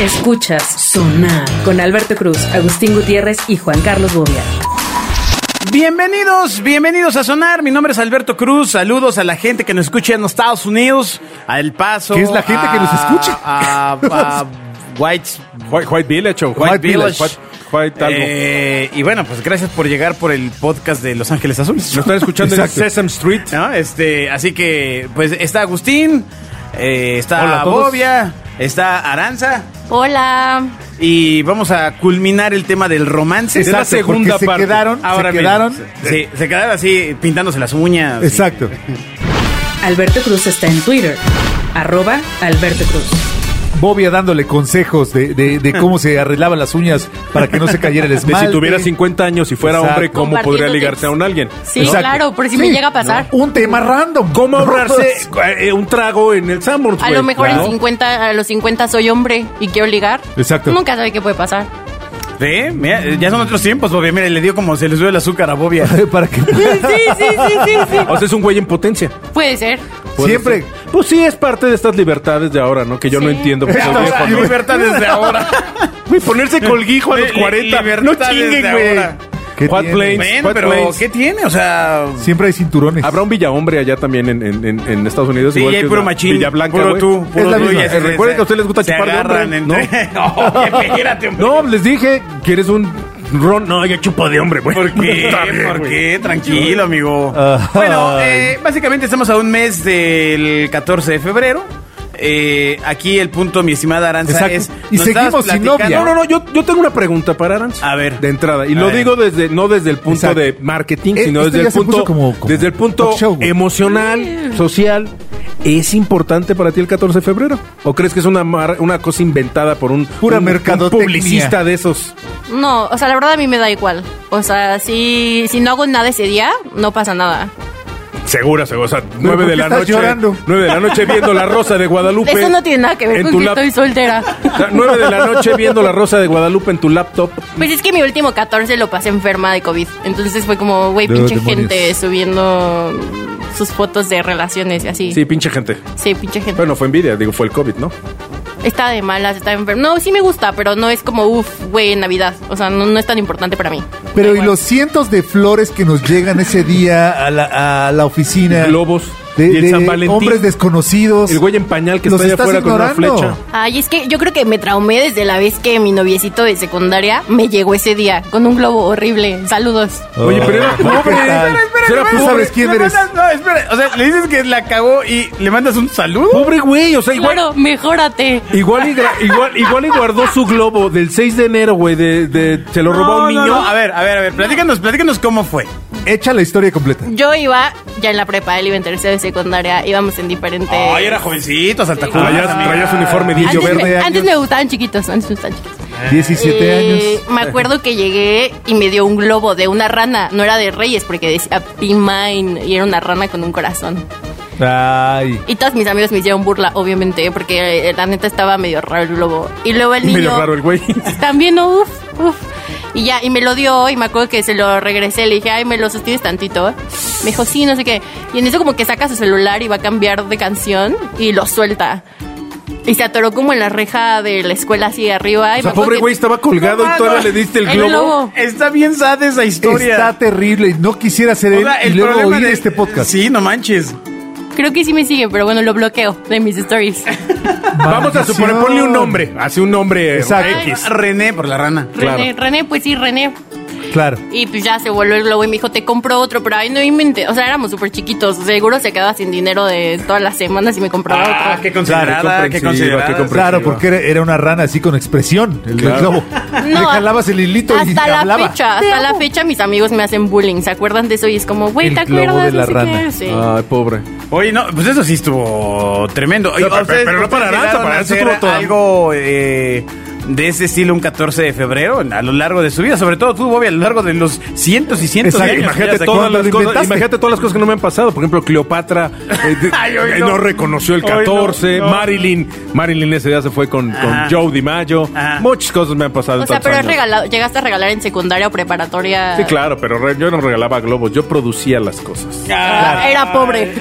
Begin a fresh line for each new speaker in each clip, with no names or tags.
Escuchas Sonar con Alberto Cruz, Agustín Gutiérrez y Juan Carlos Bobia.
Bienvenidos, bienvenidos a Sonar. Mi nombre es Alberto Cruz. Saludos a la gente que nos escucha en los Estados Unidos, a El Paso.
¿Qué es la gente
a-
que nos escucha?
A, a White,
White, White Village o White, Village. White, White algo.
Eh, y bueno, pues gracias por llegar por el podcast de Los Ángeles Azules.
Lo están escuchando en
Exacto.
Sesame Street.
¿No? Este, así que, pues está Agustín, eh,
Hola a
está
todos.
Bobia, está Aranza.
Hola.
Y vamos a culminar el tema del romance.
De la
Exacto,
segunda
porque
parte.
Ahora
Ahora
mismo.
quedaron-
Sí, se quedaron así pintándose las uñas.
Exacto.
Alberto Cruz está en Twitter, arroba Alberto Cruz.
Bobia dándole consejos de, de- de cómo se arreglaba las uñas para que no se cayera el
De
esmalte.
si tuviera 50 años y fuera
Exacto.
hombre, ¿cómo
Compartiendo
podría ligarte
tips.
a un alguien?
Sí,
Exacto.
claro, por si me
Sí,
llega a pasar.
Un tema random.
¿Cómo ahorrarse eh, un trago en el Sanborns?
A
güey?
lo mejor
Pues, Claro.
en 50, a los 50 soy hombre y quiero ligar.
Exacto.
Nunca sabe qué puede pasar.
¿Ve? ¿Eh? Mira, ya son otros tiempos, Bobia. Mira, le dio como se le sube el azúcar a Bobia.
para que
Sí,
Pues,
sí, sí, sí, sí.
O sea, es un güey en potencia.
Puede ser.
Puede
Siempre.
ser. Pues sí, es parte de estas libertades de ahora, ¿no? Que yo no
Sí.
entiendo. pues, porque soy
Ahora,
viejo, ¿no?
libertad desde ahora.
Güey, ponerse colguijo a los
Li-
40.
libertad
No
desde
chinguen, güey.
ahora.
¿Qué
What
tiene?
planes?
Bueno,
what
pero
planes.
¿qué tiene? O sea...
siempre hay cinturones.
Habrá un Villahombre allá también en, en- en- en Estados Unidos.
Sí, hay
que
puro
la
machín.
Villa Blanca,
puro
güey.
tú, puro
Es la
tú,
misma.
y ese-
Eh, Recuerden que a ustedes les gusta
se
chupar de
agarran
hombre,
entre... No, espérate, hombre.
No, les dije, ¿quieres un ron? No, yo chupo de hombre, güey.
¿Por qué?
Está bien,
¿Por
güey.
qué? Tranquilo, amigo.
Ay.
Bueno, eh, básicamente estamos a un mes del 14 de febrero. Eh, aquí el punto, mi estimada Aranza,
Exacto.
es...
Y
nos estabas
seguimos sin
platicando-
novia.
No, no, no, yo, yo tengo una pregunta para Aranza.
A ver.
De entrada. Y
A
lo
ver.
digo desde, no desde el punto
Exacto.
de marketing,
Eh,
sino
esto
desde
ya
el
se
punto,
puso como- como
desde el punto
talk show, güey.
emocional, social. ¿Es importante para ti el 14 de febrero? ¿O crees que es una, mar- una cosa inventada por un,
Pura
un- un
mercadotecnia.
publicista de esos?
No, o sea, la verdad a mí me da igual. O sea, si, si no hago nada ese día, no pasa nada.
Segura, segura. O sea, nueve
¿por
de
qué
la
estás
noche.
llorando?
Nueve de la noche viendo la rosa de Guadalupe.
Eso no tiene nada que ver
Pues, en
con
tu
que
lap-
estoy soltera.
O sea, nueve de la noche viendo la rosa de Guadalupe en tu laptop.
Pues es que mi último 14 lo pasé enferma de COVID. Entonces fue como, güey, pinche
demonios.
gente subiendo sus fotos de relaciones y así.
Sí,
Sí,
pinche gente.
pinche gente.
Bueno, fue envidia, digo, fue el COVID, ¿no?
Está de malas, está enfermo. No, sí me gusta, pero no es como, uff, güey, Navidad. O sea, no, no es tan importante para mí. Da
Pero y
igual.
los cientos de flores que nos llegan ese día a la, a la oficina.
Globos.
De,
Y el
de
San Valentín.
hombres desconocidos.
El güey en pañal que
Los
está allá
estás
afuera con una
ignorando.
flecha.
Ay, es que yo creo que me traumé desde la vez que mi noviecito de secundaria me llegó ese día con un globo horrible. Saludos.
Oye, pero era
¿qué
pobre.
tal?
Espera, espera, espera,
Será Oh. tú
espera.
sabes quién
Le
eres.
mandas- No, espera. O sea, le dices que la cagó y le mandas un saludo.
Pobre güey, o sea, igual.
Claro, mejórate.
Igual y, gra- igual, igual y guardó su globo del 6 de enero, güey, de, de- se lo robó a un
No, no,
niño.
no, A ver, a ver, a ver. Platícanos, platícanos cómo fue.
Echa la historia completa.
Yo iba ya en la prepa, él iba en tercero de secundaria, íbamos en diferentes.
Ay, era jovencito, Santa Cruz.
Traías,
amiga.
traías uniforme de
antes,
indio
verde
me,
años.
antes me gustaban chiquitos, antes me gustaban chiquitos.
17
Eh,
años.
Me acuerdo que llegué y me dio un globo de una rana. No era de Reyes porque decía Be Mine y era una rana con un corazón.
Ay.
Y todos mis amigos me hicieron burla, obviamente, porque eh, la neta estaba medio raro el globo. Y luego el niño.
Medio raro el güey.
También, uff, uff. Y ya, y me lo dio y me acuerdo que se lo regresé. Le dije, ay, me lo sostienes tantito. ¿eh?". Me dijo, sí, no sé qué. Y en eso, como que saca su celular y va a cambiar de canción y lo suelta. Y se atoró como en la reja de la escuela, así arriba. Y
O sea,
me acuerdo
pobre
que-
güey estaba colgado
No,
y todavía
no.
le diste el
El
globo.
globo.
Está bien sad esa historia.
Está terrible. y No quisiera ser
O
él
sea,
y luego oír
de-
este podcast.
Sí, no manches.
Creo que sí me sigue, pero bueno, lo bloqueo de mis stories.
Vamos a suponer,
Maldición.
ponle un nombre. Así un nombre.
Exacto.
X.
René por la rana.
Claro.
René, René, pues sí, René.
Claro.
Y pues ya se volvió el globo y me dijo, te compro otro, pero ahí no inventé. O sea, éramos súper chiquitos. Seguro se quedaba sin dinero de todas las semanas y me compraba
Ah,
otro.
qué considerada,
Claro,
qué
qué comprensiva, qué
considerada.
comprensiva.
Claro, porque era, era una rana así con expresión, el del
Claro.
globo. Le jalabas el hilito y
hasta la
hablaba.
fecha, hasta la fecha mis amigos me hacen bullying. ¿Se acuerdan de eso? Y es como, güey,
El
¿te
globo
acuerdas?
de la
No sé
rana.
qué. Sí.
Ay, pobre.
Oye, no, pues eso sí estuvo tremendo. Oye,
No, pero-
¿ustedes-
pero no para
ustedes
Aranza,
llegaron a
para Aranza
hacer
estuvo todo-
algo eh, de ese estilo un 14 de febrero a lo largo de su vida. Sobre todo tú, Bobby, a lo largo de los cientos y cientos de
Exacto,
años. que
imagínate,
llevas
todas
aquí.
las cosas, imagínate todas las cosas que no me han pasado. Por ejemplo, Cleopatra eh, de-
Ay, hoy
eh,
no.
no. reconoció el
Hoy no,
14.
no.
Marilyn, Marilyn ese día se fue con, con
Ajá.
Joe DiMaggio.
Ajá.
Muchas cosas me han pasado.
O
en
sea,
tantos
pero es
años.
regalado, llegaste a regalar en secundaria o preparatoria.
Sí, claro, pero re- yo no regalaba globos, yo producía las cosas.
Ah,
Ah, Era pobre.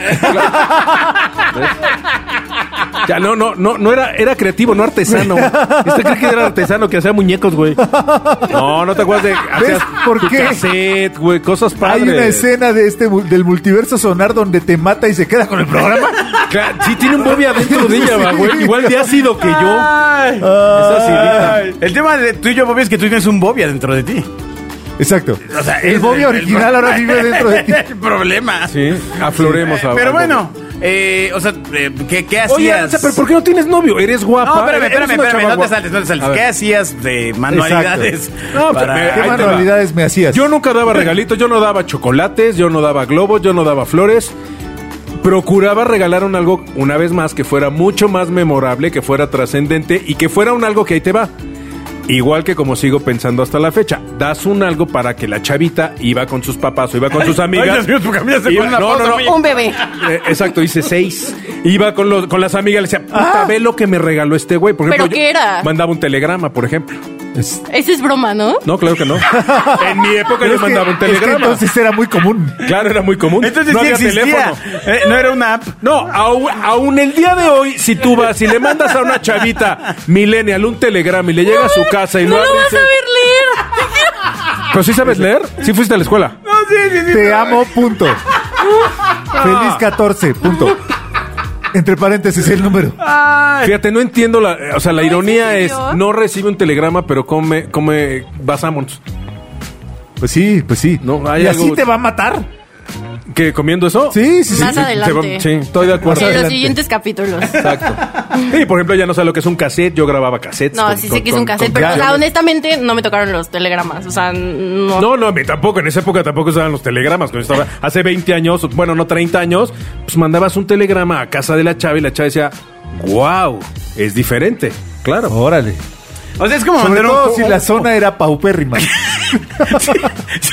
Ya, no, no, no, no era, era creativo, no artesano. ¿Usted cree que era artesano que hacía muñecos, güey? No, no te acuerdas de. hacías
por
tu
qué?
cassette, güey, cosas
Hay
padres.
una escena de este mul- del multiverso sonar donde te mata y se queda con el programa.
Claro, sí, tiene un Bobby adentro de ella, va, güey. Igual de ácido que yo.
Ay.
Esa acidita.
Ay. El tema de tú y yo, Bobby, es que tú tienes un Bobby adentro de ti.
Exacto.
O sea,
el
es-
Bobby
el-
original
el-
ahora vive dentro de ti.
El problema.
Sí, afloremos
Eh,
ahora.
Pero bueno, eh, o sea, eh, ¿qué, qué hacías?
Oye, Aranza, pero ¿por qué no tienes novio? Eres guapa.
No, espérame,
eres
espérame,
una
espérame,
chava
no te
guapa.
saltes, no te
A
saltes.
ver.
¿Qué hacías de manualidades?
No, pues, me-
¿Qué
ahí te va.
manualidades me hacías?
Yo nunca daba regalitos, yo no daba chocolates, yo no daba globos, yo no daba flores. Procuraba regalar un algo, una vez más, que fuera mucho más memorable, que fuera trascendente y que fuera un algo que ahí te va. Igual que como sigo pensando hasta la fecha, das un algo para que la chavita iba con sus papás o iba con sus
Ay, Dios
amigas.
mío, tú cambiaste
Iba-
con una
no,
pausa
no, no,
muy-
Un bebé.
eh, exacto, hice seis. Iba con, los, con las amigas, le decía, puta, ve lo que me regaló este güey. Por
¿Pero
ejemplo, yo
qué era?
Mandaba un telegrama, por ejemplo. Es-
Esa es broma, ¿no?
no, claro que no. En mi época
Pero
yo
es que-
mandaba un
es que
telegrama.
entonces era muy común.
Claro, era muy común.
Entonces
no
sí
había
existía.
teléfono.
Eh, no era una app.
No, aún, aún el día de hoy, si tú vas y le mandas a una chavita millennial un telegrama y le llega a su casa y lo
No lo
abre y
vas a
dice,
ver leer.
¿Pero sí sabes leer? ¿Sí fuiste a la escuela?
No, sí, sí, sí.
Te amo, punto. Feliz 14, punto. Entre paréntesis el número.
Fíjate, no entiendo la... O sea, la
No,
ironía
¿en
es,
serio?
no recibe un telegrama, pero come, come basamos.
Pues sí, pues sí.
No, hay
y
algo-
así te va a matar.
¿Qué, comiendo eso?
Sí, sí, sí.
Más
sí.
adelante.
Sí, estoy de acuerdo.
En los
adelante.
siguientes capítulos.
Exacto. Y por ejemplo, ya no sabe lo que es un cassette. Yo grababa cassettes.
No,
con-
sí
con-
sé que es un
con-
cassette,
con-
pero o sea,
Ya.
honestamente no me tocaron los telegramas. O sea, no.
No, no, a mí tampoco. En esa época tampoco usaban los telegramas. Cuando estaba hace 20 años, bueno, no 30 años, pues mandabas un telegrama a casa de la chava y la chava decía, wow, es diferente. Claro.
Órale.
O sea, es como
Sobre
mandar un-
todo si la zona era paupérrima.
Sí,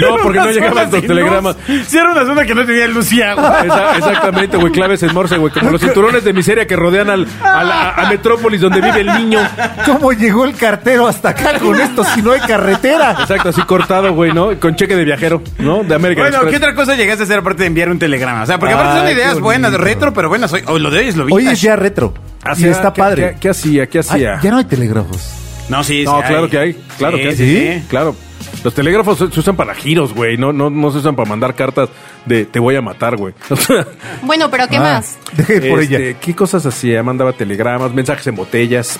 No,
era
porque no
una
llegaban
zona
los
sin
telegramas.
luz. Sí, era una zona que no tenía luz y agua.
Esa- exactamente, güey, claves en Morse, güey, como los cinturones de miseria que rodean al, a, la- a Metrópolis donde vive el niño.
¿Cómo llegó el cartero hasta acá con esto si no hay carretera?
Exacto, así cortado, güey, ¿no? Con cheque de viajero, ¿no? De América
Bueno, ¿qué otra cosa llegaste a hacer aparte de enviar un telegrama? O sea,
Ah,
porque aparte son
Ay, qué
ideas buenas,
bonito.
retro, pero buenas. hoy- hoy lo de hoy es lo
Hoy
vintage.
es ya retro. Así está
Ah, ¿Qué,
padre.
qué hacía? ¿Qué
Ay,
hacía?
ya no hay telégrafos.
No, sí, sí
No, claro que hay, claro
Sí,
que hay.
sí,
Sí,
sí.
claro. Los telégrafos se se usan para giros, güey. No, no, no se usan para mandar cartas de te voy a matar, güey. O sea,
Bueno, pero ¿qué
Ah,
más?
Deje por
este,
ella.
¿Qué cosas hacía? Mandaba telegramas, mensajes en botellas.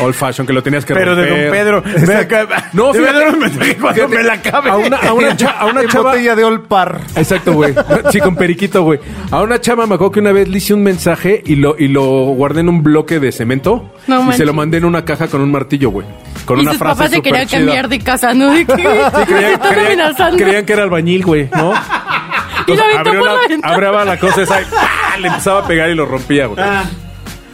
Old fashion que lo tenías que
Pero de
romper.
Don Pedro. ve acá.
No,
Te voy a
fíjate.
dar un mensaje cuando
Fíjate,
me la acabe.
A una, a una, cha- a una
En
chava.
botella de Olpar.
Exacto, güey. Sí, con periquito, güey. A una chama me acuerdo que una vez le hice un mensaje y lo, y lo guardé en un bloque de cemento.
No
y se
manches.
lo mandé en una caja con un martillo, güey. Con
y
una
sus
frase
papás se
súper
querían
chida.
cambiar de casa, ¿no? ¿De qué?
Sí,
¿Me
creían,
estás
creían-
amenazando?
creían que era albañil, güey, ¿no?
y lo
Entonces,
aventó
abrió
por
la-
la ventana.
abraba la cosa esa y ¡pah! le empezaba a pegar y lo rompía, güey.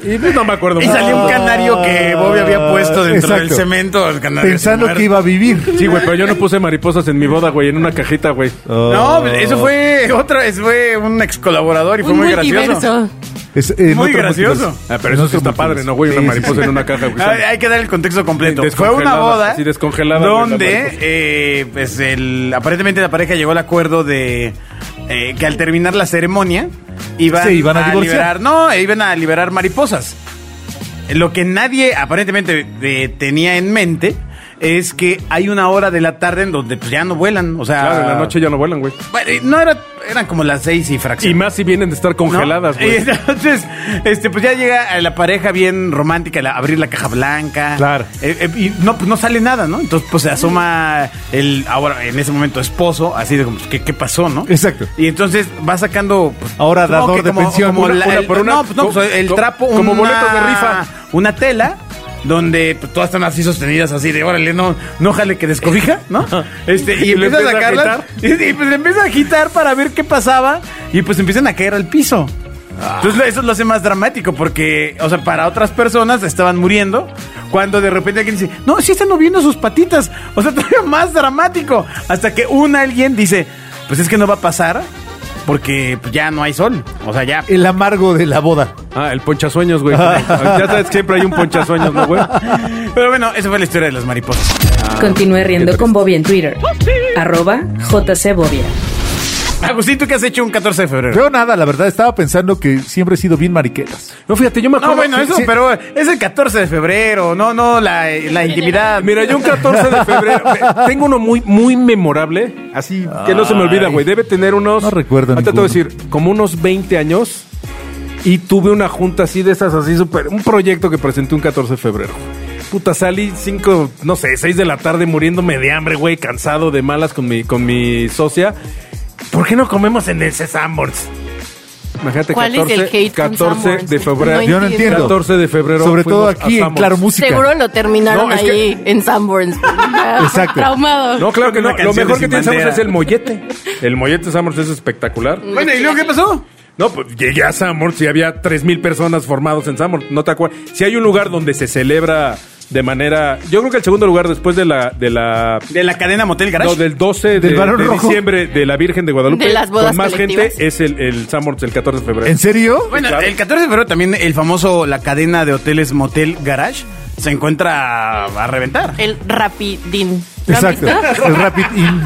Y pues no me acuerdo.
Y
mucho.
salió un canario que Bobby había puesto dentro
Exacto.
del cemento. el canario
Pensando
muerto.
que iba a vivir.
Sí, güey, pero yo no puse mariposas en mi boda, güey, en una cajita, güey.
No, pues, eso fue otra, eso fue un ex colaborador y fue
Un
muy gracioso.
multiverso.
Es- eh, en
Muy
otro
gracioso.
multiverso.
Ah, pero eso
En
sí
otro
está padre,
multiverso.
¿no, güey? Una
Sí, sí,
mariposa
sí.
en una caja, güey.
Ah,
Hay, hay que dar el contexto completo. Fue
Descongelada,
una boda
sí, descongelada, güey, la
donde
mariposa.
eh, pues el, aparentemente la pareja llegó al acuerdo de eh, que al terminar la ceremonia iban,
Se iban a divorciar.
liberar, no, eh, iban a liberar mariposas. Lo que nadie aparentemente eh, tenía en mente es que hay una hora de la tarde en donde pues, ya no vuelan, o sea,
Claro, en la noche ya no vuelan, güey.
Bueno, eh, no era, eran como las seis y fracción.
Y más si vienen de estar
¿no?
congeladas,
Y
güey.
entonces, este, pues ya llega eh, la pareja bien romántica, la- abrir la caja blanca.
Claro.
Eh, eh, y no, pues no sale nada, ¿no? Entonces, pues se asoma el, ahora, en ese momento, esposo, así de como, pues, ¿qué, qué pasó, no?
Exacto.
Y entonces va sacando. pues,
Ahora
supongo
dador
que
de pensión.
como
Una-
la-
una
el-
por una.
no, pues no, pues, el
Co-
trapo.
como
una-
boletos de rifa.
Una tela. Donde pues, todas están así sostenidas, así de órale, no, no jale que descobija, ¿no? Este, y,
Y le
empieza a
empieza a
sacarlas.
agitar.
Y, y, pues le empieza a agitar para ver qué pasaba y pues empiezan a caer al piso.
Ah.
Entonces eso lo hace más dramático porque, o sea, para otras personas estaban muriendo Cuando de repente alguien dice, no, sí están moviendo sus patitas. O sea, todavía más dramático. Hasta que un alguien dice, pues es que no va a pasar porque pues, ya no hay sol. O sea, ya.
El amargo de la boda.
Ah, el ponchasueños, güey. ya sabes que siempre hay un ponchasueños, ¿no, güey?
Pero bueno, esa fue la historia de las mariposas.
Continúe riendo con Bobia en Twitter. Arroba JC Bobia.
Agustín, ¿tú qué has hecho un 14 de febrero?
Yo nada, la verdad, estaba pensando que siempre he sido bien mariqueras.
No, fíjate, yo me acuerdo.
No, bueno,
sí,
eso,
sí.
pero es el 14 de febrero, no, no, la, la intimidad.
Ah, Mira, yo un 14 de febrero. ve, Tengo uno muy, muy memorable. Así que no se me olvida, güey. Debe tener unos.
No recuerdo
Ahorita te voy a
ninguno.
decir, como unos 20 años. Y tuve una junta así de esas, así súper. Un proyecto que presenté un 14 de febrero. Puta, salí 5, no sé, 6 de la tarde muriéndome de hambre, güey. Cansado de malas con mi, con mi socia. ¿Por qué no comemos en el Sambors? Imagínate,
¿Cuál es
14,
el hate con
14 de
Sanborns?
febrero.
No
Yo no entiendo.
14 de febrero
Sobre todo
fuimos a
aquí en
Sanborns.
Claro Música.
Seguro lo terminaron
No, es que-
ahí en Sanborns.
Exacto.
Traumado.
No, claro que no.
Una
Lo
canción
mejor
de
que tiene
Sin
Summers
Bandera.
es el mollete. El mollete de Summers es espectacular.
Bueno, ¿y luego qué pasó?
No, pues llegué a Summers y había 3.000 personas formados en Summers. No te acuerdas. Si hay un lugar donde se celebra de manera... Yo creo que el segundo lugar después de la... De la
De la cadena Motel Garage.
no, del 12 de,
Del Barón
de
Rojo.
diciembre de la Virgen de Guadalupe.
De las bodas
con más gente
colectivas.
es el, el Summers el 14 de febrero.
¿En serio?
Bueno,
claro.
el 14 de febrero también el famoso, la cadena de hoteles Motel Garage se encuentra a reventar.
El rapidín. ¿Lo han
Exacto.
visto?
El Rapid In.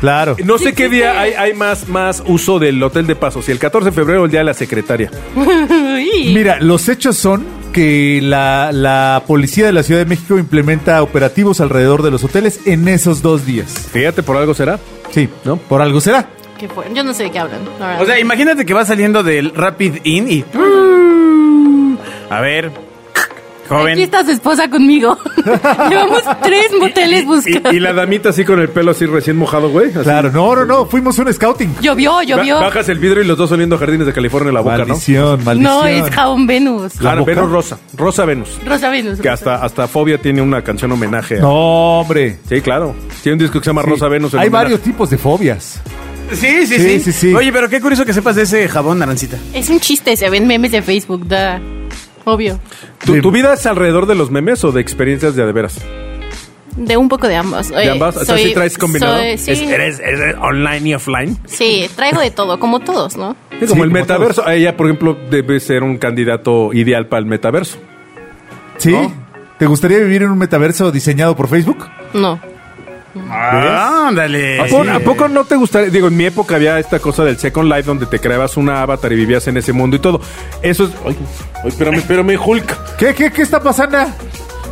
Claro.
No sé qué día hay, hay más, más uso del Hotel de Paso. Si el 14 de febrero o el Día de la Secretaria.
Uy.
Mira, los hechos son que la, la policía de la Ciudad de México implementa operativos alrededor de los hoteles en esos dos días.
Fíjate, por algo será.
Sí, ¿no? Por algo será.
¿Qué fue? Yo no sé de qué hablan. la verdad.
O sea, imagínate que vas saliendo del Rapid Inn y... A ver, joven.
Aquí está su esposa conmigo. Llevamos tres moteles buscando.
Y, y la damita así con el pelo así recién mojado, güey. así.
Claro, no, no, no. Fuimos un scouting.
Llovió,
Ba-
llovió.
Bajas el vidrio y los dos oliendo a jardines de California en la boca,
maldición, maldición.
No, es jabón Venus.
¿no?
La
Claro,
boca.
Venus Rosa. Rosa Venus.
Rosa Venus.
Que
Rosa
hasta, hasta Fobia tiene una canción homenaje. a-
No, hombre.
Sí, claro. Tiene un disco que se llama
Sí.
Rosa Venus. el
Hay
homenaje.
varios tipos de fobias.
Sí, sí, sí,
Sí, sí, sí.
Oye, pero qué curioso que sepas de ese jabón naranjita.
Es un chiste, se ven memes de Facebook, da. Obvio.
¿Tu, tu vida es alrededor de los memes o de experiencias de a de veras?
De un poco de ambas.
¿De
Eh,
ambas? O sea,
soy-
¿sí traes combinado?
soy- sí,
¿Es- eres, eres online y offline?
sí, traigo de todo, como todos, ¿no?
Es como el
como
metaverso. Ah, Ella, por ejemplo, debe ser un candidato ideal para el metaverso.
¿Sí? ¿Te gustaría vivir en un metaverso diseñado por Facebook?
No.
Ah,
Eh,
ándale.
¿A, po- a poco no te gustaría? Digo, en mi época había esta cosa del Second Life donde te creabas una avatar y vivías en ese mundo y todo. Eso es. Ay, ay, espérame, espérame, Hulk.
¿Qué, qué, qué está pasando?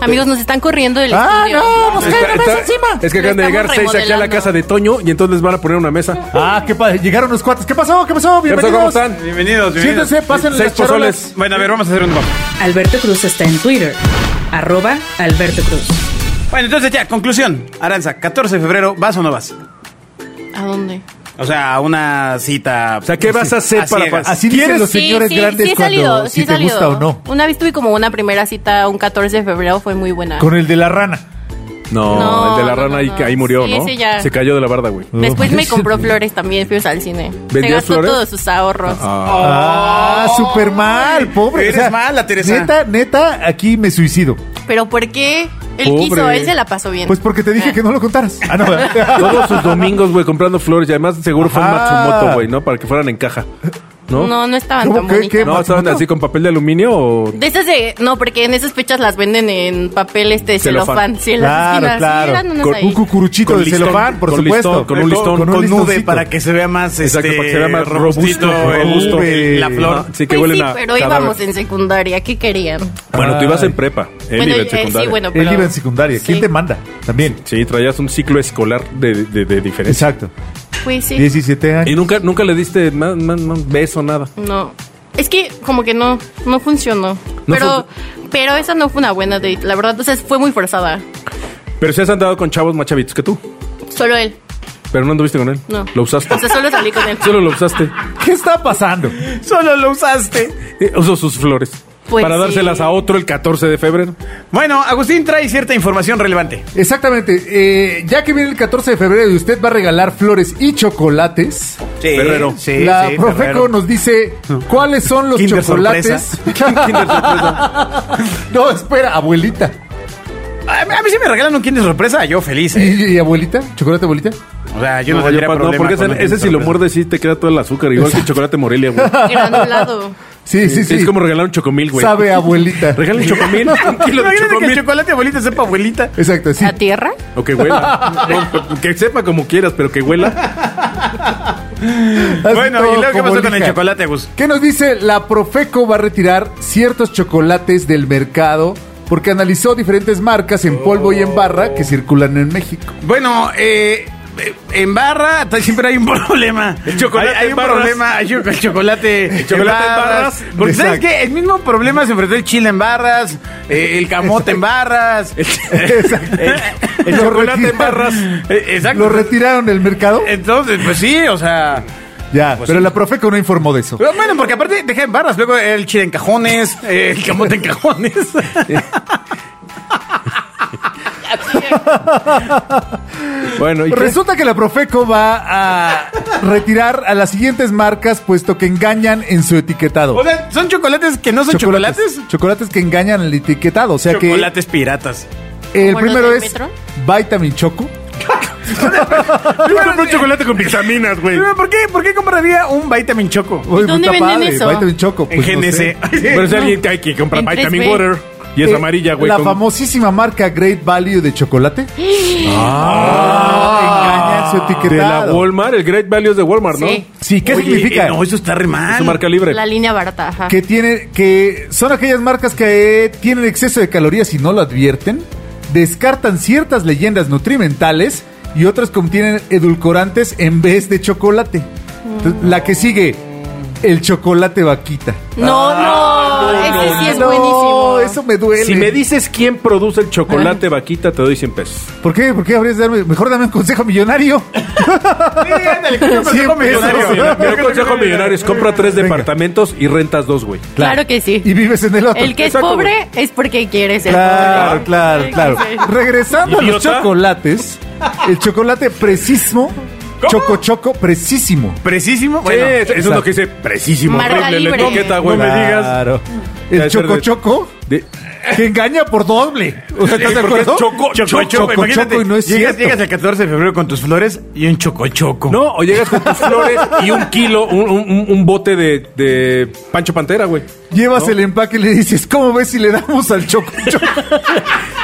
Amigos, nos están corriendo del
Ah,
estudio.
no, pues,
Está-
cállate más
está-
encima.
Es que acaban de
Lo
llegar
estamos
seis aquí a la
remodelando.
casa de Toño y entonces les van a poner una mesa.
Ah, ¿qué pa- Llegaron los cuates. ¿Qué pasó? ¿Qué pasó?
¿Qué pasó?
Bienvenidos.
¿Cómo están?
Bienvenidos, bienvenidos.
Siéntense, pasen
Seis
las charolas.
pozoles.
Bueno, a ver, vamos a hacer un vamos.
Alberto Cruz está en Twitter. Arroba Alberto Cruz.
Bueno, entonces ya, conclusión. Aranza, 14 de febrero, ¿vas o no vas?
¿A dónde?
O sea, a una cita.
O sea, ¿qué vas a hacer para-
ciegas.
Así dicen los señores grandes
he
cuando
salido,
si
he
te
salido.
gusta o no.
Una vez tuve como una primera cita un 14 de febrero, fue muy buena.
Con el de la rana.
No,
No,
el de la
no,
rana
no,
ahí,
no.
ahí murió,
Sí,
¿no?
ese ya.
Se cayó de la barda, güey.
Después me
manches.
compró flores también, fuimos al cine. Se
¿Vendió
gastó
flores?
todos sus ahorros.
Ah, súper mal, pobre.
Eres mala, Teresa.
Neta, neta, aquí me suicido.
¿Pero por qué? Él
Pobre.
quiso, él se la pasó bien.
Pues porque te dije
Ah.
que no lo contaras. Ah, no.
Todos sus domingos, güey, comprando flores y además seguro fue en
Ajá.
Matsumoto, güey, ¿no? Para que fueran en caja. ¿No?
No, no, estaban
¿Cómo
tan
que-
bonitas.
qué?
No, estaban
¿Matsumoto?
así con papel de aluminio o.
De esas de. No, porque en esas fechas las venden en papel este
Celofán.
celofán. Sí, en las esquinas. Sí, eran unas
Con
ahí.
un cucuruchito
Con
de
listón,
celofán, por
con
supuesto.
listón, con un listón,
con,
con nube
listoncito.
para que se vea más
Exacto,
este,
para que se vea más robusto,
robustito, eh, el-
robusto.
el- la flor.
Sí, que
Pues
huelen
sí,
a.
pero
cadáver.
íbamos en secundaria. ¿Qué querían?
Bueno, tú ibas en
Ay.
prepa. Él
Bueno,
iba en
eh,
secundaria.
sí, bueno,
Él
pero-
iba en secundaria. ¿Quién
Sí.
te manda? También.
Sí, traías un ciclo escolar de, de, de diferencia.
Exacto.
Pues sí.
17
Y
años.
nunca, nunca le diste más, más- más beso, nada.
No. Es que como que no, no funcionó. pero, pero esa no fue una buena date, la verdad. Entonces fue muy forzada.
Pero si has andado con chavos más chavitos que tú.
Solo él.
Pero no anduviste con él.
No.
Lo usaste.
O sea, solo salí con él.
Solo lo usaste.
¿Qué está pasando?
Solo lo usaste.
Eh, Usó sus flores.
Pues
para
sí.
dárselas a otro el 14 de febrero.
Bueno, Agustín trae cierta información relevante.
Exactamente. eh, ya que viene el 14 de febrero y usted va a regalar flores y chocolates,
Sí,
Ferrero.
Sí,
la
sí,
Profeco
Ferrero.
nos dice cuáles son los
Kinder
chocolates. no, espera, abuelita.
A mí, a mí si me regalan un Kinder Sorpresa, yo feliz. ¿eh?
¿Y, y abuelita? ¿Chocolate abuelita?
O sea, yo no,
No,
tendría
yo pa- no,
problema
porque
con un
ese, ese
Kinder
si lo
Sorpresa.
muerdes sí te queda todo el azúcar, igual que el chocolate Morelia, güey.
Granulado.
Sí, sí, sí.
Es como regalar un chocomil, güey.
Sabe a abuelita.
Regalen chocomil, un kilo de
Imagínate que el
chocomil.
chocolate abuelita sepa abuelita.
Exacto, sí.
¿A tierra?
O que huela. No, que sepa como quieras, pero que huela.
Así
bueno,
todo
¿y luego qué
como
pasó con el
lija.
chocolate, Gus?
¿Qué nos dice? La Profeco va a retirar ciertos chocolates del mercado porque analizó diferentes marcas en polvo y en barra
Oh.
que circulan en México.
Bueno, eh, eh, en barra t- siempre hay un problema. El
chocolate
hay, hay
en
un
barras.
problema, hay un- el chocolate, el
chocolate en barras.
Porque sabes
Exacto.
que el mismo problema se enfrentó el chile en barras, eh, el camote en barras, el, el
Lo
Eh, chocolate
retiran.
en barras. Eh, Exacto.
¿Lo retiraron del mercado?
Entonces, pues sí, o sea.
Ya,
pues
pero
sí.
la Profeco no informó de eso.
Pero Bueno, porque aparte deja en barras, luego el chile en cajones, eh, el camote en cajones.
Bueno, ¿y qué?
Resulta que la Profeco va a retirar a las siguientes marcas puesto que engañan en su etiquetado.
O sea, son chocolates que no son chocolates.
Chocolates que engañan el etiquetado. O sea
Chocolates piratas.
que Eh, el
¿Como los
primero
del
es
metro?
Vitamin Choco.
Yo compré un chocolate con vitaminas, güey.
Pero, ¿Por qué, ¿Por qué compraría un vitamin choco?
Uy,
dónde
puta
venden eso?
Vitamin Choco.
En
pues, no sé.
GNC.
Pero es alguien que hay que comprar
En
vitamin
3B.
water. Y es
Eh,
amarilla, güey.
La
con-
famosísima marca Great Value de chocolate. engaña su
Ah. De la
etiquetado.
Walmart, el Great Value es de Walmart, ¿no?
Sí.
Sí, ¿qué
Oye,
significa?
eh, No, eso está re mal.
Es su marca libre.
La línea barata, ajá.
Que tiene, que son aquellas marcas que eh, tienen exceso de calorías y no lo advierten, descartan ciertas leyendas nutrimentales y otras contienen edulcorantes en vez de chocolate. Entonces, La que sigue, el chocolate vaquita.
No, no,
no,
ese
no,
sí es
Ah, no,
buenísimo.
eso me duele.
Si me dices quién produce el chocolate vaquita, te doy 100 pesos.
¿Por qué? ¿Por qué habrías de darme? Mejor dame un consejo millonario.
Sí, ándale, que un consejo
Cien
millonario.
pesos.
Creo que
Yo
un
consejo millonario es compra tres
Venga.
departamentos y rentas dos, güey.
Claro que sí.
Y vives en el otro.
El que es
Exacto,
pobre es porque quiere ser
Claro,
pobre.
claro,
Sí,
claro.
sí.
Regresando a los
Idiota.
chocolates, el chocolate precismo, choco choco, precisísimo.
Precisísimo.
Sí,
Bueno,
eso es lo que dice precisísimo.
Marca
horrible la
libre.
etiqueta, güey.
Claro.
No me digas.
El
Ya,
choco
ser de-
choco
De-
que engaña por doble. O sea, ¿Estás de
porque es
acuerdo?
choco,
Choco, choco, imagínate,
y no es
llegas,
cierto.
llegas el 14 de febrero con tus flores y un choco choco.
No, o llegas con tus flores y un kilo, un, un- un bote de, de Pancho Pantera, güey.
Llevas el empaque y le dices, ¿cómo ves si le damos al choco choco?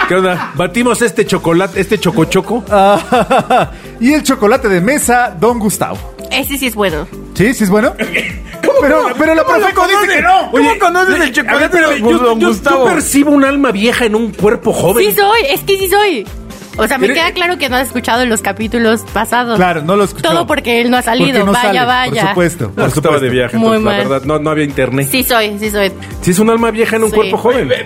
¿Qué onda? Batimos este chocolate, este choco choco.
Ah, y el chocolate de mesa, Don Gustavo.
Ese sí es bueno.
¿Sí? ¿Sí es bueno? pero, pero la Profeco dice que no.
¿Cómo conoces el chocolate de Don Gustavo?
percibo un alma vieja en un cuerpo
Oh,
joven.
Sí soy, es que sí soy. O sea, me
Eres-
queda claro que no has escuchado los capítulidos pasados.
Claro, no lo escuchó.
Todo porque él no ha salido.
Porque no
vaya,
sale,
vaya.
Por supuesto.
No,
por
estaba
supuesto.
de viaje,
Muy
entonces, la
mal.
verdad, no, no había internet. Sí.
Sí soy, sí soy.
es un alma vieja en un
Sí.
cuerpo joven. eh,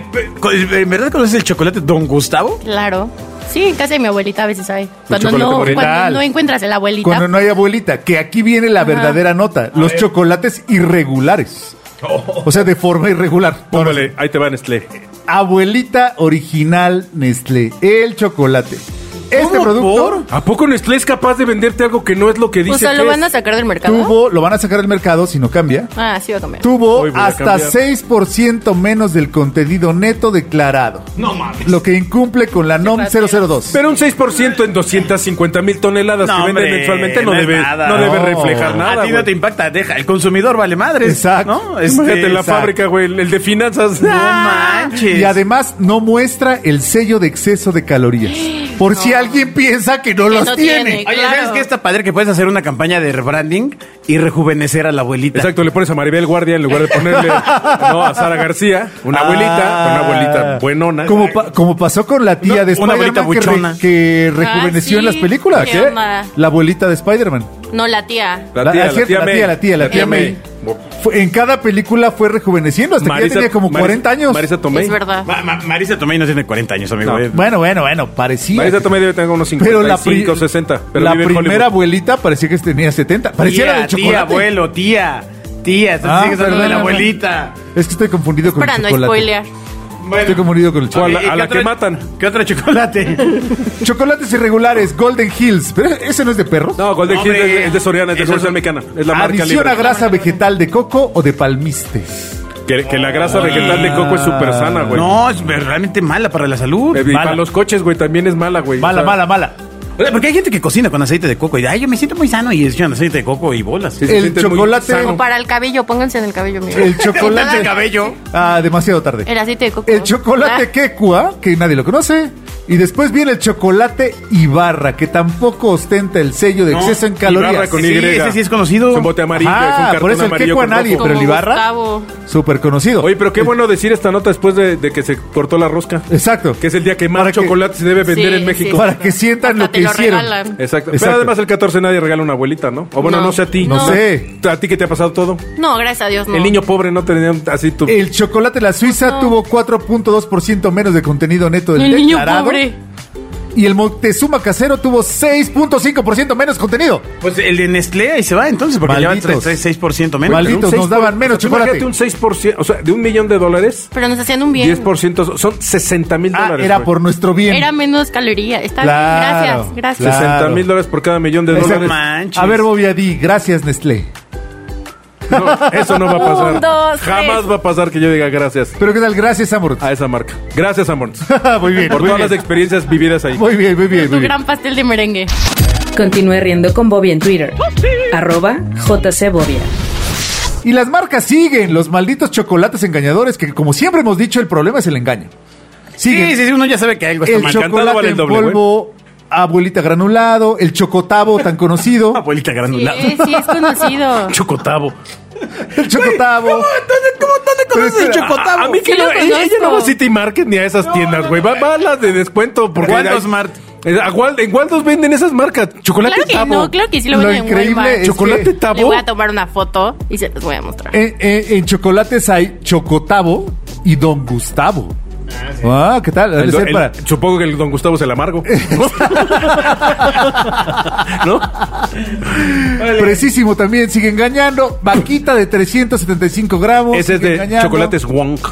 ¿En verdad conoces el chocolate Don Gustavo?
Claro. Sí, en casa de mi abuelita a veces hay. Cuando
chocolate
no,
moretal.
cuando no encuentras a la abuelita.
Pues Cuando no hay abuelita, que aquí viene la verdadera nota, los chocolates irregulares. O sea, de forma irregular.
Póngale, ahí te va Nestlé.
Abuelita original Nestlé, el chocolate. Este
¿Cómo
producto
¿A poco Nestlé es capaz de venderte algo que no es lo que dice?
pues o sea,
que
lo
es?
van a sacar del mercado.
tuvo, lo van a sacar al mercado si no cambia,
Ah, sí va a comer.
tuvo
Hoy voy a
hasta
cambiar.
6% menos del contenido neto declarado. No mames. Lo que incumple con la NOM 002.
Pero un 6% en 250 mil toneladas que venden
hombre,
mensualmente no,
es
debe,
nada.
no debe
No.
reflejar nada.
A ti no
güey.
te impacta, deja. El consumidor vale madres.
Exacto.
¿no? Este,
Imagínate la
exacto.
fábrica, güey, el, el de finanzas.
No manches.
Y además no muestra el sello de exceso de calorías. Por si alguien piensa que no
Que
los
no
tiene.
tiene.
Oye,
Claro.
¿sabes qué está padre? Que puedes hacer una campaña de rebranding y rejuvenecer a la abuelita.
Exacto, le pones a Maribel Guardia en lugar de ponerle ¿no? a Sara García, una abuelita,
Ah.
una abuelita buenona.
Como, pa- como pasó con la tía
Una-
de
una abuelita
Spider-Man que, re-
buchona.
que rejuveneció
Ah, sí,
en las películas. ¿eh?
qué onda.
La abuelita de Spider-Man.
No, la tía.
la tía,
ah,
la,
cierto,
tía
la
May.
tía, la tía, la tía May. Fue- en cada película fue rejuveneciendo hasta Este que ya tenía como 40 años.
Marisa Tomei.
Es verdad.
Ah,
Ma- Ma- Marisa Tomei no tiene 40 años, amigo.
No.
Eh,
Bueno, bueno, bueno, parecía.
Marisa Tomei debe tener unos
Pero la,
55,
pri-
60. Pero
la
vive en
primera
Hollywood.
abuelita parecía que tenía 70. Parecía la
Tía,
de
tía,
chocolate.
abuelo, tía. tías, así
Ah,
que son de
perdón.
la abuelita.
Es que estoy confundido con
Para
el
no
chocolate.
spoilear.
Estoy confundido con el
O a
chocolate.
la,
¿Y
a
Eh, qué
la que
otra-
matan.
¿Qué otro chocolate?
Chocolates irregulares, Golden Hills. ¿Pero ese no es de perro?
No, Golden Hill
Hombre,
es, de- es de Soriana, es de
eso
Comercial
es-
Mexicana. Es la marca
Adición
libre.
a grasa vegetal de coco o de palmiste.
Que, que la grasa vegetal de coco es súper sana, güey.
Ah. no, es realmente mala para la salud.
Eh, y
Mala.
para los coches, güey, también es mala, güey.
Mala,
O sea,
mala, mala.
O sea, Porque hay gente que cocina con aceite de coco y ay, yo me siento muy sano y es con aceite de coco y bolas.
Sí, sí,
El
sí, es muy
chocolate-
sano.
O para el cabello, pónganse en el cabello mío.
El
Cortarse el
chocolate.
cabello.
Ah, demasiado tarde.
El aceite de coco.
El chocolate
Ah,
quecua, que nadie lo conoce. Y después viene el chocolate Ibarra, que tampoco ostenta el sello de
No,
exceso en calorías.
Ibarra con
Sí,
Y.
ese sí es conocido.
Es un bote amarillo,
Ajá,
es un cartón
por eso el
amarillo
queco a
con
nadie,
rojo.
pero el
Como
Ibarra-
Gustavo.
Súper conocido.
Oye, pero qué bueno decir esta nota después de, de que se cortó la rosca.
Exacto.
Que es el día que
Para
más
que-
chocolate se debe vender
Sí,
en México.
Para que sientan
Hasta
lo
te
que
lo
hicieron.
regalan.
Exacto.
Exacto.
Pero además el 14 nadie regala una abuelita, ¿no? O bueno, no,
No.
sé a ti.
No sé.
¿A ti qué te ha pasado todo?
No, gracias a Dios, no.
El niño pobre no tenía así tu...
El chocolate de la Suiza
No.
tuvo 4.2% menos de contenido neto del
El niño
declarado.
pobre.
Y el Moctezuma casero tuvo 6.5% menos contenido.
Pues el de Nestlé ahí se va entonces porque lleva
Malditos.
3, 6% menos.
Malditos.
Un seis
nos daban
por-
menos
o sea, tú
chocolate.
Imagínate un 6%, o sea, de un millón de dólares,
Pero nos hacían un bien.
10% son 60 mil
Ah,
dólares.
era
güey.
por nuestro bien.
Era menos caloría. Está
Claro,
bien. Gracias, gracias.
claro.
60 mil dólares por cada millón de
Exacto.
dólares.
manches.
A ver, Bobby Adi, gracias Nestlé.
No, eso no va a pasar.
Un, dos, tres.
Jamás va a pasar que yo diga gracias
Pero qué tal, gracias Amor.
a esa marca. Gracias, Amorts.
muy bien,
Por
muy
todas
bien.
las experiencias vividas ahí.
Muy bien, muy bien,
Tu
muy bien.
gran pastel de merengue.
Continúe riendo con Bobby en Twitter. Arroba JCBobia.
Y las marcas siguen, los malditos chocolates engañadores, que como siempre hemos dicho, el problema es el engaño. Siguen.
Sí, sí, sí, uno ya sabe que algo está
el
mal.
encantado
chocolate
vale el
en
doble,
polvo, abuelita granulado, el chocotavo tan conocido,
Ah, Abuelita
Sí,
granulada.
sí, es conocido.
Chocotabo.
el chocotavo.
¿Cómo dónde conoces el chocotavo?
A, a mí que
Sí
no,
lo
ella, ella no va a
conozco.
City Market ni a esas tiendas, güey. Va, va a las de descuento. Porque
Waldos
hay-
Mart.
Eh, a Wal- en Waldos venden esas marcas. Chocolate
Claro que
tabo.
no, claro que sí lo
Lo
venden en
increíble
Walmart.
es
Chocolate
que-
Le
tabo.
voy a tomar una foto y se los voy a mostrar.
En, Eh, en- en chocolates hay chocotavo y don Gustavo. Ah, ¿qué tal? Debe
El-
ser
el-
para-
Supongo que el Don Gustavo es el amargo. ¿No?
Precisísimo también, sigue engañando. Vaquita de 375 gramos.
Ese es
sigue
de
engañando.
chocolates Wonk.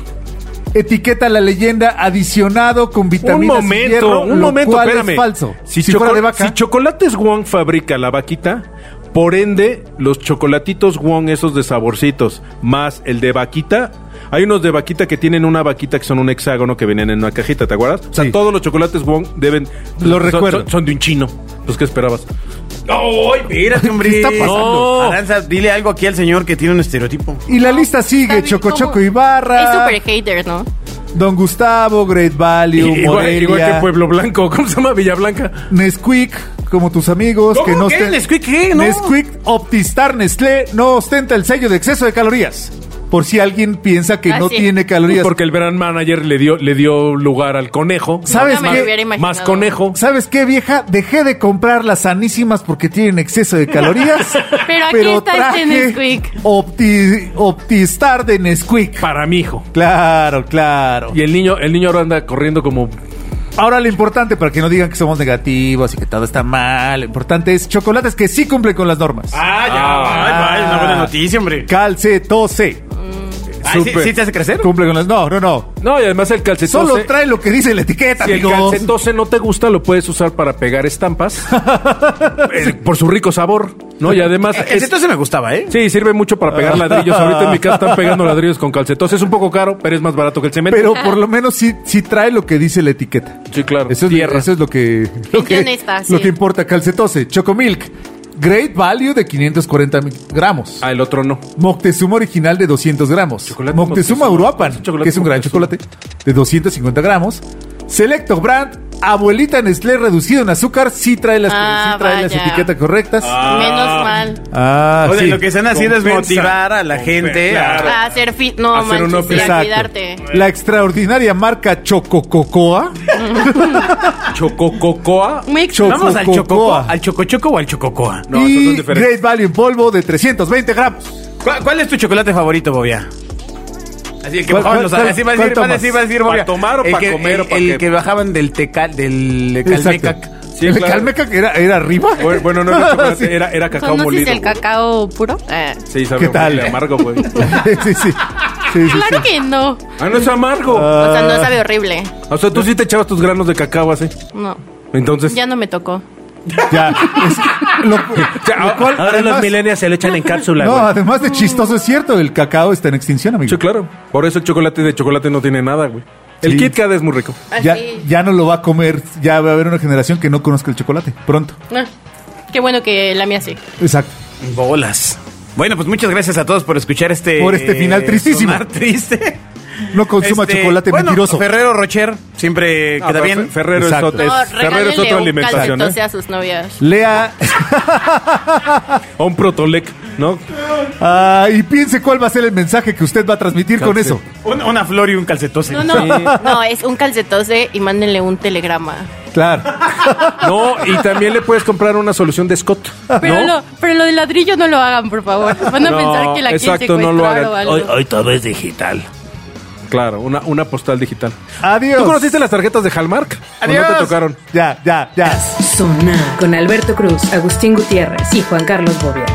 Etiqueta la leyenda adicionado con
Un
vitaminas. y
momento,
hierro,
un
lo
momento,
cual es
espérame.
falso.
Si,
Si,
choco-
fuera de vaca.
si Chocolates Wong fabrica la vaquita, por ende, los chocolatitos Wong, esos de saborcitos, más el de vaquita. Hay unos de vaquita que tienen una vaquita que son un hexágono que venían en una cajita, ¿te acuerdas? O sea,
Sí.
todos los chocolates Wong deben.
Lo
son-
recuerdo.
Son, son de un chino. Pues, ¿qué esperabas?
¡Ay, espérate, hombre!
¿Qué está pasando?
No. Aranza, dile algo aquí al señor que tiene un estereotipo.
y la lista sigue,
Está bien,
Choco
¿cómo?
Choco
Es
Ibarra,
súper hater, ¿no?
Don Gustavo, Great Value,
Igual,
Morelia,
igual que Pueblo Blanco, ¿cómo se llama? Villablanca.
Nesquik, como tus amigos.
¿Cómo?
que no
¿Qué?
osten-
¿Nesquik qué? No.
Nesquik Optistar Nestlé no ostenta el sello de exceso de calorías. Por si alguien piensa que
Ah,
no
sí.
tiene calorías.
Porque el brand manager le dio, le dio lugar al conejo.
¿Sabes
Nunca me
qué?
lo hubiera imaginado.
Más conejo.
¿Sabes qué, vieja? Dejé de comprar las sanísimas porque tienen exceso de calorías.
Pero aquí está este Nesquik.
Opti- Optistar de Nesquik.
Para mi hijo.
Claro, claro.
Y el niño, el niño ahora anda corriendo como
Ahora lo importante, para que no digan que somos negativos y que todo está mal, lo importante es chocolates que sí cumplen con las normas.
Ah, ya,
Ah.
ay, vaya, una buena noticia, hombre.
Calcetose.
Ay, ¿sí,
súper.
sí te hace crecer?
Cumple con las... No, no, no.
No, y además el calcetose.
Solo trae lo que dice la etiqueta,
si el
amigos.
calcetose no te gusta, lo puedes usar para pegar estampas. Eh, por su rico sabor, ¿no? Y además.
Eh,
es-
ese entonces me gustaba, ¿eh?
sí, sirve mucho para
Ah.
pegar ladrillos. Ahorita en mi casa están pegando ladrillos con calcetose. Es un poco caro, pero es más barato que el cemento.
Pero por lo menos sí, sí trae lo que dice la etiqueta.
Sí, claro.
Eso es,
Tierra.
eso es lo que lo que,
honesta, sí.
lo que importa. Calcetose, Chocomilk, Great Value de 540 mil gramos.
Ah, el otro no.
Moctezuma original de 200 gramos.
Chocolate
Moctezuma
Moctezuma.
Uruapan,
Chocolate
que es un gran
Moctezuma.
chocolate, de 250 gramos. Selecto Brand, Abuelita Nestlé reducido en azúcar, sí trae las,
Ah,
sí trae las
vaya.
etiquetas correctas. Ah,
Menos mal.
O sea,
sí.
lo que están haciendo es
Compensa.
motivar a la gente
Claro.
a...
A hacer fit. No,
Hacer
manches,
un office.
y a
Exacto.
cuidarte.
La extraordinaria marca Chocococoa.
Ah. Chocococoa.
Mix.
Choco-
Vamos al chococo,
Chococoa.
al chocochoco o al chococoa.
No, esos son
y
diferentes.
Great Value en polvo de 320 gramos.
¿Cuál, cuál es tu chocolate favorito, Bobia? Así el que
¿Cuál-
bajaban los
cuál-
así va a
cuál
decir, va a
tomas?
decir, va a decir,
¿Para
Bobia.
tomar o
El
para
que-
comer o
el-
para
El
qué?
que bajaban del tecal, del
Exacto.
calmecac.
Sí,
¿El
claro.
Calmeca que era, era arriba?
Bueno, bueno, no era chocolate,
Sí.
era, era cacao
¿Conoces
molido.
el
güey.
cacao puro? Ah.
Sí, sabe
¿Qué
un
tal?
poco amargo, güey.
sí, sí. sí, sí, sí.
Claro que no.
Ah, no es amargo.
O sea, no
Ah.
sabe horrible.
O sea, tú sí te echabas tus granos de cacao así.
No.
Entonces,
Ya no me tocó.
Ya. es que lo, lo cual,
Ahora los
además-
millennials se lo echan en cápsula,
No,
güey.
además de chistoso, es cierto, el cacao está en extinción, amigo.
sí, claro. Por eso el chocolate de chocolate no tiene nada, güey. El
Sí.
Kit Kat es muy rico.
Así.
Ya, ya no lo va a comer, ya va a haber una generación que no conozca el chocolate. Pronto.
Ah, Qué bueno que la mía sí.
Exacto.
Bolas. Bueno, pues muchas gracias a todos por escuchar este...
Por este final
eh,
tristísimo.
sonar triste.
No consuma
Este,
chocolate
bueno,
mentiroso.
Ferrero Rocher siempre queda
Ah, pero
bien.
Fe- Ferrero es,
Exacto.
otra- es-
No,
Ferrero es
regálenle
otra
un
alimentación,
calcetose
¿eh?
a sus novias.
Lea
O un protolec, ¿no?
ah, y piense cuál va a ser el mensaje que usted va a transmitir con
Calce-
eso.
Un- una flor y un calcetose.
No, no, no, es un calcetose y mándenle un telegrama.
Claro.
No, y también le puedes comprar una solución de Scott.
Pero,
¿no?
lo, pero lo del ladrillo no lo hagan, por favor. Van a
No,
pensar que la quieren
exacto, no
secuestrar
lo hagan.
o algo.
Hoy, hoy todo es digital.
Claro, una, una postal digital.
Adiós.
¿Tú conociste las tarjetas de Hallmark? ¿O
Adiós.
no te tocaron?
Ya, ya, ya.
Sonar con Alberto Cruz, Agustín Gutiérrez y Juan Carlos Bobia.